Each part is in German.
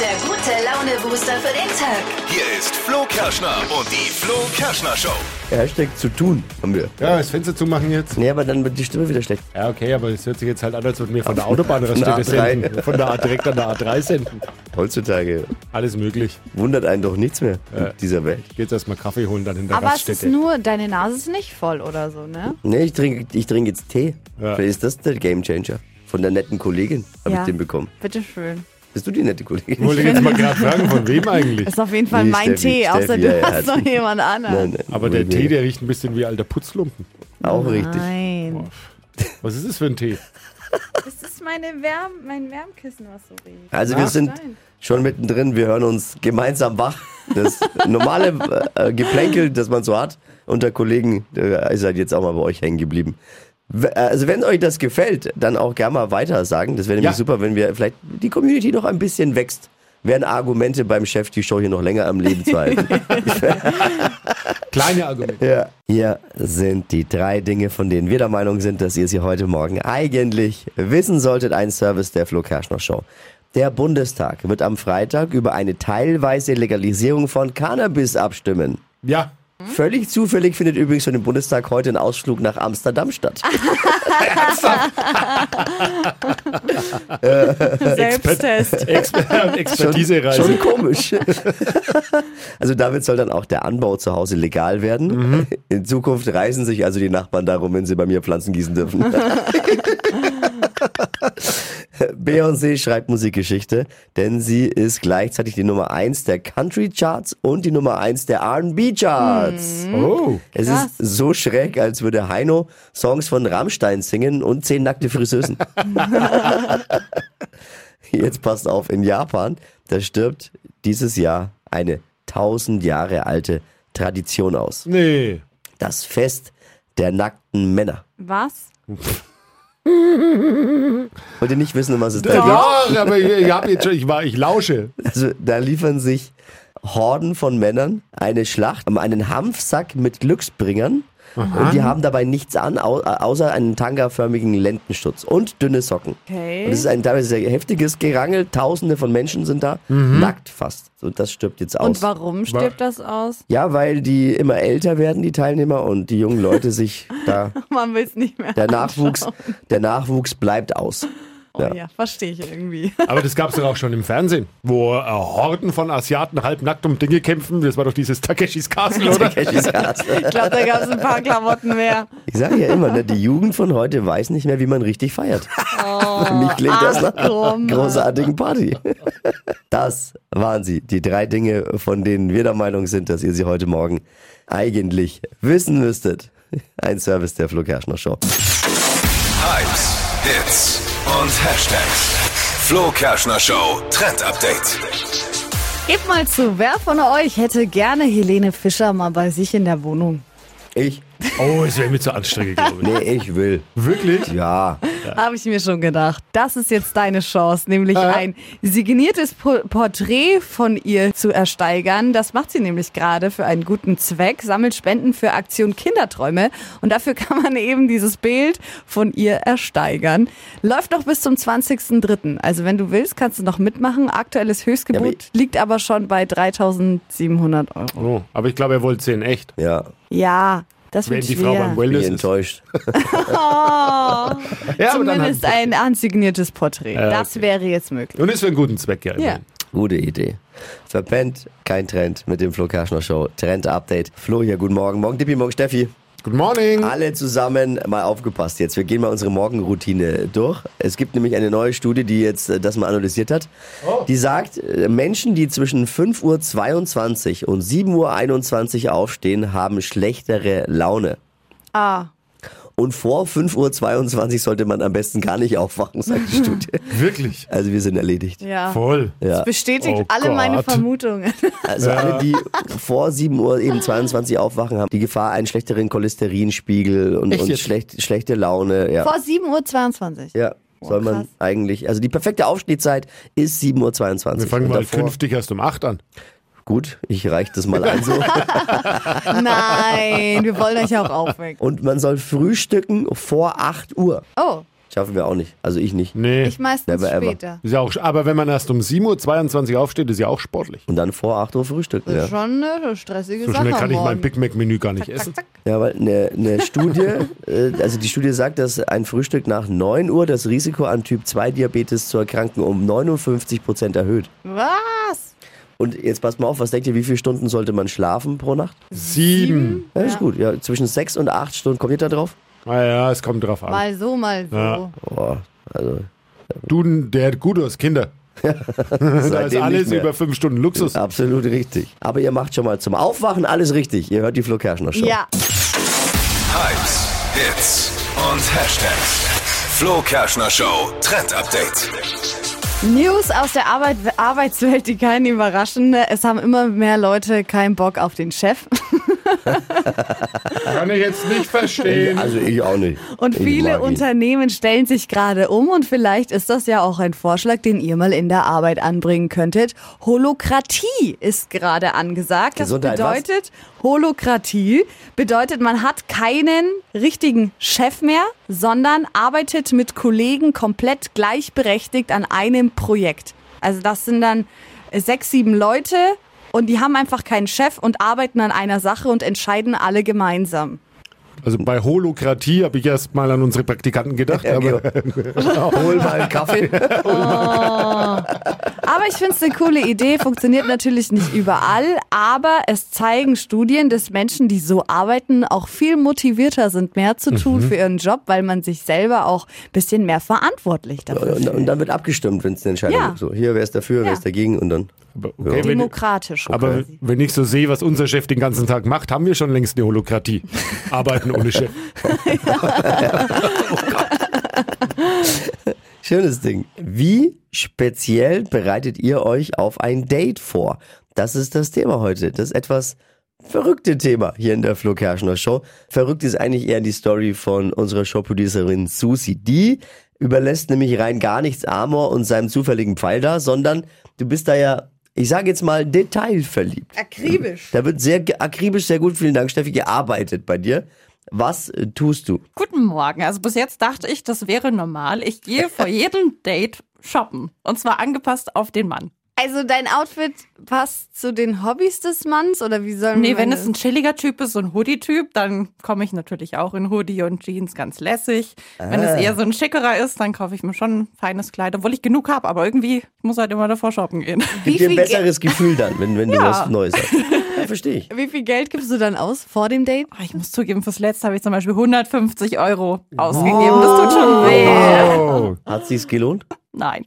der gute Laune-Booster für den Tag. Hier ist Flo Kerschner und die Flo Kerschner Show. Hashtag zu tun haben wir. Ja, das Fenster zumachen jetzt. Nee, aber dann wird die Stimme wieder schlecht. Ja, okay, aber es hört sich jetzt halt an, als würden wir von der Autobahn Raststätte Na, drei. senden. Von der A direkt an der A3 senden. Heutzutage Alles möglich. wundert einen doch nichts mehr in dieser Welt. Geht's erstmal Kaffee holen, dann in der Aber es ist Raststätte. nur, deine Nase ist nicht voll oder so, ne? Nee, ich trinke ich trink jetzt Tee. Ja. Vielleicht ist das der Gamechanger. Von der netten Kollegin habe ich den bekommen. Bitteschön. Bist du die nette Ich Kollegin? wollte jetzt mal gerade fragen, von wem eigentlich? Ist auf jeden Fall Nee, mein Steffi, Tee, Steffi, außer ja, du ja. hast noch jemand anderen. nein. Aber der Nee, Tee, der riecht ein bisschen wie alter Putzlumpen. Auch richtig. Nein. Was ist es für ein Tee? Das ist meine Wärm, mein Wärmkissen, was so riecht. Also wir sind nein. schon mittendrin, wir hören uns gemeinsam wach. Das normale äh, Geplänkel, das man so hat unter Kollegen, äh, ist halt jetzt auch mal bei euch hängen geblieben. W- äh, Also wenn euch das gefällt, dann auch gerne mal weiter sagen. Das wäre nämlich Ja. super, wenn wir vielleicht die Community noch ein bisschen wächst. Wären Argumente beim Chef, die Show hier noch länger am Leben zu halten. Kleine Argumente. Ja. Hier sind die drei Dinge, von denen wir der Meinung sind, dass ihr sie heute Morgen eigentlich wissen solltet. Ein Service der Flo Kerschner Show. Der Bundestag wird am Freitag über eine teilweise Legalisierung von Cannabis abstimmen. Ja. Völlig zufällig findet übrigens schon im Bundestag heute ein Ausflug nach Amsterdam statt. äh, Selbsttest. Exper Expertise-Reise. Schon komisch. also damit soll dann auch der Anbau zu Hause legal werden. In Zukunft reisen sich also die Nachbarn darum, wenn sie bei mir Pflanzen gießen dürfen. Beyoncé schreibt Musikgeschichte, denn sie ist gleichzeitig die Nummer 1 der Country Charts und die Nummer 1 der R&B Charts. Oh. Es Krass. ist so schräg, als würde Heino Songs von Rammstein singen und zehn nackte Friseusen. Jetzt passt auf, in Japan, da stirbt dieses Jahr eine 1000 Jahre alte Tradition aus. Nee. Das Fest der nackten Männer. Was? Wollt ihr nicht wissen, um was es da geht? Doch, aber ich, ich, hab jetzt schon, ich, war, ich lausche. Also, da liefern sich Horden von Männern eine Schlacht um einen Hanfsack mit Glücksbringern. Und die haben dabei nichts an, au- äh, außer einen tangaförmigen Lendenschutz und dünne Socken. Okay. Und es ist ein teilweise sehr heftiges Gerangel. Tausende von Menschen sind da, nackt fast. Und das stirbt jetzt aus. Und warum stirbt das aus? Ja, weil die immer älter werden, die Teilnehmer, und die jungen Leute sich da. Man will es nicht mehr. Der Nachwuchs, der Nachwuchs bleibt aus. Oh Ja, verstehe ich irgendwie. Aber das gab's doch auch schon im Fernsehen, wo äh, Horden von Asiaten halbnackt um Dinge kämpfen. Das war doch dieses Takeshis Castle, oder? Ich glaube, da gab es ein paar Klamotten mehr. Ich sage ja immer, ne, die Jugend von heute weiß nicht mehr, wie man richtig feiert. Für mich klingt das nach komm. großartigen Party. Das waren sie, die drei Dinge, von denen wir der Meinung sind, dass ihr sie heute Morgen eigentlich wissen müsstet. Ein Service der Flo Kerschner Show. Hypes, Hits und Hashtags. Flo Kerschner Show Trend Update. Gebt mal zu, wer von euch hätte gerne Helene Fischer mal bei sich in der Wohnung? Ich? Oh, es wäre mir zu anstrengend, glaube ich. Nee, ich will. Wirklich? Ja. Habe ich mir schon gedacht. Das ist jetzt deine Chance, nämlich ein signiertes po Porträt von ihr zu ersteigern. Das macht sie nämlich gerade für einen guten Zweck, sammelt Spenden für Aktion Kinderträume und dafür kann man eben dieses Bild von ihr ersteigern. Läuft noch bis zum 20.03. Also wenn du willst, kannst du noch mitmachen. Aktuelles Ja, Höchstgebot liegt aber schon bei 3.700 Euro. Oh, aber ich glaube, er wollte 10 echt. Ja, Ja, das Wenn wird die Frau schwer. beim bin Wellness ist. enttäuscht. Ja, aber dann hat- Oh, Zumindest ein ansigniertes Porträt. Das wäre jetzt möglich. Und ist für einen guten Zweck, ja. Ja. immerhin. Gute Idee. Verpennt, kein Trend mit dem Flo Kerschner Show. Trend-Update. Flo hier, guten Morgen. Morgen Dippi, morgen Steffi. Good morning. Alle zusammen mal aufgepasst jetzt. Wir gehen mal unsere Morgenroutine durch. Es gibt nämlich eine neue Studie, die jetzt äh, das mal analysiert hat. Oh. Die sagt, äh, Menschen, die zwischen 5.22 Uhr und 7.21 Uhr aufstehen, haben schlechtere Laune. Ah. Und vor 5.22 Uhr sollte man am besten gar nicht aufwachen, sagt die Studie. Wirklich. Also wir sind erledigt. Ja. Voll. Ja. Das bestätigt Oh alle meine Gott. Vermutungen. Also alle, die vor 7 Uhr eben 22 aufwachen, haben die Gefahr, einen schlechteren Cholesterinspiegel und, Echt und jetzt? schlecht, schlechte Laune. Ja. Vor 7.22 Uhr. ja. Soll man krass. eigentlich, also die perfekte Aufstehzeit ist 7.22 Uhr. Wir fangen mal davor, künftig erst um 8 an. Gut, ich reiche das mal ein so. Nein, wir wollen euch auch aufwecken. Und man soll frühstücken vor 8 Uhr. Oh, Schaffen wir auch nicht. Also ich nicht. Nee. Ich meistens Never ever. später. Ist ja auch, aber wenn man erst um 7.22 Uhr aufsteht, ist ja auch sportlich. Und dann vor 8 Uhr Frühstück. Das Ja. ist schon eine stressige So Sache. schnell kann ich mein morgen. Big Mac-Menü gar nicht zack, essen. zack. Ja, weil eine, eine Studie, äh, also die Studie sagt, dass ein Frühstück nach 9 Uhr das Risiko an Typ 2 Diabetes zu erkranken um 59 Prozent erhöht. Was? Und jetzt passt mal auf, was denkt ihr, wie viele Stunden sollte man schlafen pro Nacht? Sieben. Ja, ist gut. Ja, zwischen 6 und 8 Stunden. Kommt ihr da drauf? Ah ja, es kommt drauf an. Mal so, mal so. Ja. Boah, also Du, der Gudos, Kinder. Da ist seitdem alles nicht mehr. über fünf Stunden Luxus. Absolut richtig. Aber ihr macht schon mal zum Aufwachen alles richtig. Ihr hört die Flo Kerschner Show. Ja, Hypes, Hits und Hashtags. Flo Kerschner Show Trend Update. News aus der Arbeit, Arbeitswelt, die keinen überraschen. Es haben immer mehr Leute keinen Bock auf den Chef. Kann ich jetzt nicht verstehen. Also ich auch nicht. Und Ich viele mag ihn. Unternehmen stellen sich gerade um und vielleicht ist das ja auch ein Vorschlag, den ihr mal in der Arbeit anbringen könntet. Holokratie ist gerade angesagt. Das Gesundheit, was? bedeutet, Holokratie bedeutet, man hat keinen richtigen Chef mehr, sondern arbeitet mit Kollegen komplett gleichberechtigt an einem Projekt. Also das sind dann äh, sechs, sieben Leute und die haben einfach keinen Chef und arbeiten an einer Sache und entscheiden alle gemeinsam. Also bei Holokratie habe ich erst mal an unsere Praktikanten gedacht. Ja, genau. aber Georg. Hol mal einen Kaffee. Aber ich finde es eine coole Idee, funktioniert natürlich nicht überall, aber es zeigen Studien, dass Menschen, die so arbeiten, auch viel motivierter sind, mehr zu tun Mhm. für ihren Job, weil man sich selber auch ein bisschen mehr verantwortlich dafür Und, fühlt. und dann wird abgestimmt, wenn es eine Entscheidung Ja. gibt. So, hier, wer ist dafür, wer Ja. ist dagegen und dann. okay, wenn, Demokratisch. aber quasi. wenn ich so sehe, was unser Chef den ganzen Tag macht, haben wir schon längst eine Holokratie. Arbeiten ohne Chef. Schönes Ding. Wie speziell bereitet ihr euch auf ein Date vor? Das ist das Thema heute. Das etwas verrückte Thema hier in der Flo Kerschner Show. Verrückt ist eigentlich eher die Story von unserer Showproducerin Susi. Die überlässt nämlich rein gar nichts Amor und seinem zufälligen Pfeil da, sondern du bist da ja, ich sage jetzt mal, detailverliebt. Akribisch. Da wird sehr ge- akribisch, sehr gut, vielen Dank Steffi, gearbeitet bei dir. Was äh, tust du? Guten Morgen. Also bis jetzt dachte ich, das wäre normal. Ich gehe vor jedem Date shoppen. Und zwar angepasst auf den Mann. Also dein Outfit passt zu den Hobbys des Manns oder wie soll man Nee, wenn das- es ein chilliger Typ ist, so ein Hoodie-Typ, dann komme ich natürlich auch in Hoodie und Jeans ganz lässig. Wenn es eher so ein schickerer ist, dann kaufe ich mir schon ein feines Kleid, obwohl ich genug habe. Aber irgendwie ich muss halt immer davor shoppen gehen. Gibt Wie dir ein viel Geld- besseres Gefühl dann, wenn, wenn du was Neues hast. Ja, verstehe ich. Wie viel Geld gibst du dann aus vor dem Date? Aber Ah, ich muss zugeben, fürs Letzte habe ich zum Beispiel 150 Euro ausgegeben. Das tut schon weh. Oh. Hat sich's gelohnt? Nein.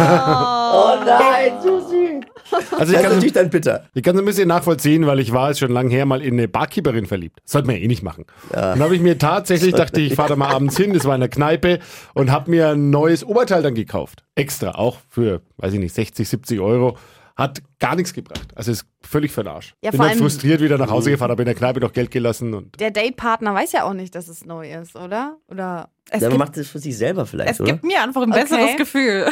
Oh nein, Susi! Also ich Das ist kann, natürlich dann bitter. ich kann so ein bisschen nachvollziehen, weil ich war es schon lange her mal in eine Barkeeperin verliebt. Sollte man ja eh nicht machen. Dann habe ich mir tatsächlich, dachte ich, ich fahre da mal abends hin, das war in der Kneipe und habe mir ein neues Oberteil dann gekauft. Extra, auch für, weiß ich nicht, 60, 70 Euro. Hat gar nichts gebracht. Also ist völlig für den Arsch. Ja, Bin vor dann allem- frustriert wieder nach Hause gefahren, habe in der Kneipe noch Geld gelassen und Der Datepartner weiß ja auch nicht, dass es neu ist, oder? Oder Es, Ja, man gibt, macht das für sich selber vielleicht, es oder? gibt mir einfach ein besseres Okay. Gefühl.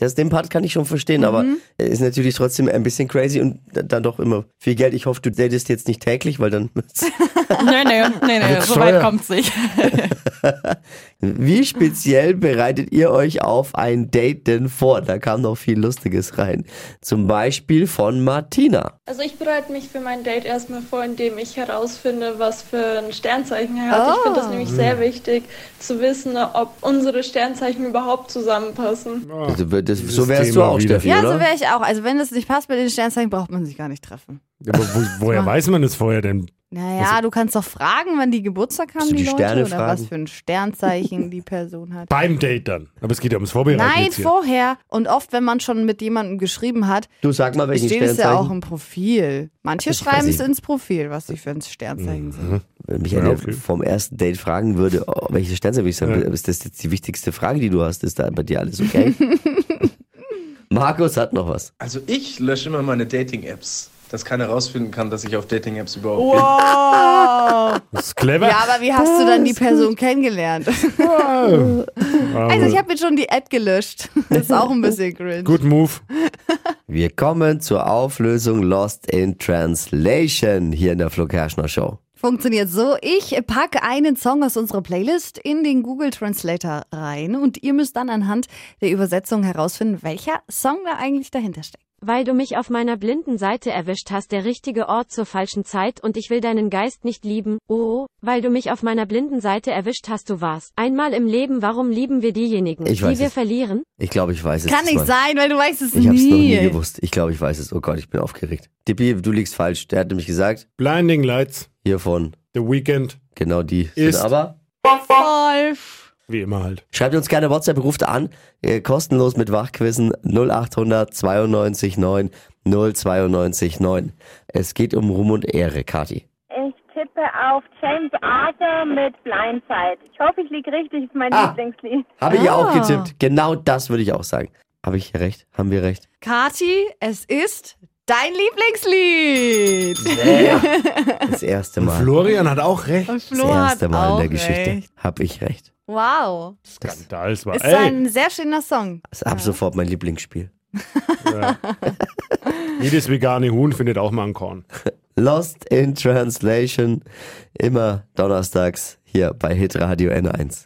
Das, den Part kann ich schon verstehen, aber Mhm. ist natürlich trotzdem ein bisschen crazy und da- dann doch immer viel Geld. Ich hoffe, du datest jetzt nicht täglich, weil dann. Nee, nee, nee, nee, so teuer. weit kommt's nicht. Wie speziell bereitet ihr euch auf ein Date denn vor? Da kam noch viel Lustiges rein. Zum Beispiel von Martina. Also ich bereite mich für mein Date erstmal vor, indem ich herausfinde, was für ein Sternzeichen er hat. Ich finde das nämlich sehr wichtig, zu wissen, ob unsere Sternzeichen überhaupt zusammenpassen. Also, das, so Ah. dieses wärst du Thema auch, wieder. Steffi, ja, oder? so wäre ich auch. Also wenn das nicht passt mit den Sternzeichen, braucht man sich gar nicht treffen. Ja, Aber wo, woher weiß man das vorher denn? Naja, du kannst doch fragen, wann die Geburtstag haben, Musst Also du die, die Leute, Sterne oder fragen? was für ein Sternzeichen die Person hat. Beim Date dann. Aber es geht ja ums Vorbereiten. Nein, jetzt hier. vorher. Und oft, wenn man schon mit jemandem geschrieben hat, Du sag mal, welchen steht es Sternzeichen. ja auch im Profil. Manche Ich weiß schreiben es nicht. Mhm. ins Profil, was sie für ein Sternzeichen sind. Wenn mich einer okay. vom ersten Date fragen würde, oh, welche Sternzeichen würde ich sagen, ist das jetzt die wichtigste Frage, die du hast? Ist da bei dir alles okay? Markus hat noch was. Also ich lösche immer meine Dating-Apps, dass keiner rausfinden kann, dass ich auf Dating-Apps überhaupt Das ist clever. Ja, aber wie hast du dann die Person kennengelernt? Also ich habe jetzt schon die Ad gelöscht. Das ist auch ein bisschen cringe. Good Move. Wir kommen zur Auflösung Lost in Translation hier in der Flo Kerschner Show. Funktioniert so. Ich packe einen Song aus unserer Playlist in den Google Translator rein und ihr müsst dann anhand der Übersetzung herausfinden, welcher Song da eigentlich dahinter steckt. Weil du mich auf meiner blinden Seite erwischt hast, der richtige Ort zur falschen Zeit und ich will deinen Geist nicht lieben. Oh, weil du mich auf meiner blinden Seite erwischt hast, du warst. Einmal im Leben, warum lieben wir diejenigen, Ich die weiß wir es. verlieren? Ich glaube, ich weiß es. Kann nicht diesmal. sein, weil du weißt es Ich habe es noch nie nie. gewusst. Ich glaube, ich weiß es. Oh Gott, ich bin aufgeregt. Dippi, du liegst falsch. Der hat nämlich gesagt, Blinding Lights, hiervon The Weekend, genau die. Ist- sind aber Wolf. wie immer halt. schreibt uns gerne WhatsApp, ruft an, äh, kostenlos mit Wachquissen 0800 92 9 092 9. Es geht um Ruhm und Ehre, Kati. Ich tippe auf James Arthur mit Blindside. Ich hoffe, ich liege richtig. Das ist mein Ah. Lieblingslied. Habe ich Ah. auch getippt. Genau das würde ich auch sagen. Habe ich recht? Haben wir recht? Kati, es ist dein Lieblingslied. Das erste Und Mal. Florian hat auch recht. Und Das Flo hat erste Mal in auch der Geschichte. recht. Habe ich recht. Wow. Skandal, war. Ist Ey, ein sehr schöner Song. Das ist ab sofort mein Lieblingsspiel. jedes vegane Huhn findet auch mal ein Korn. Lost in Translation. Immer donnerstags hier bei Hitradio N1.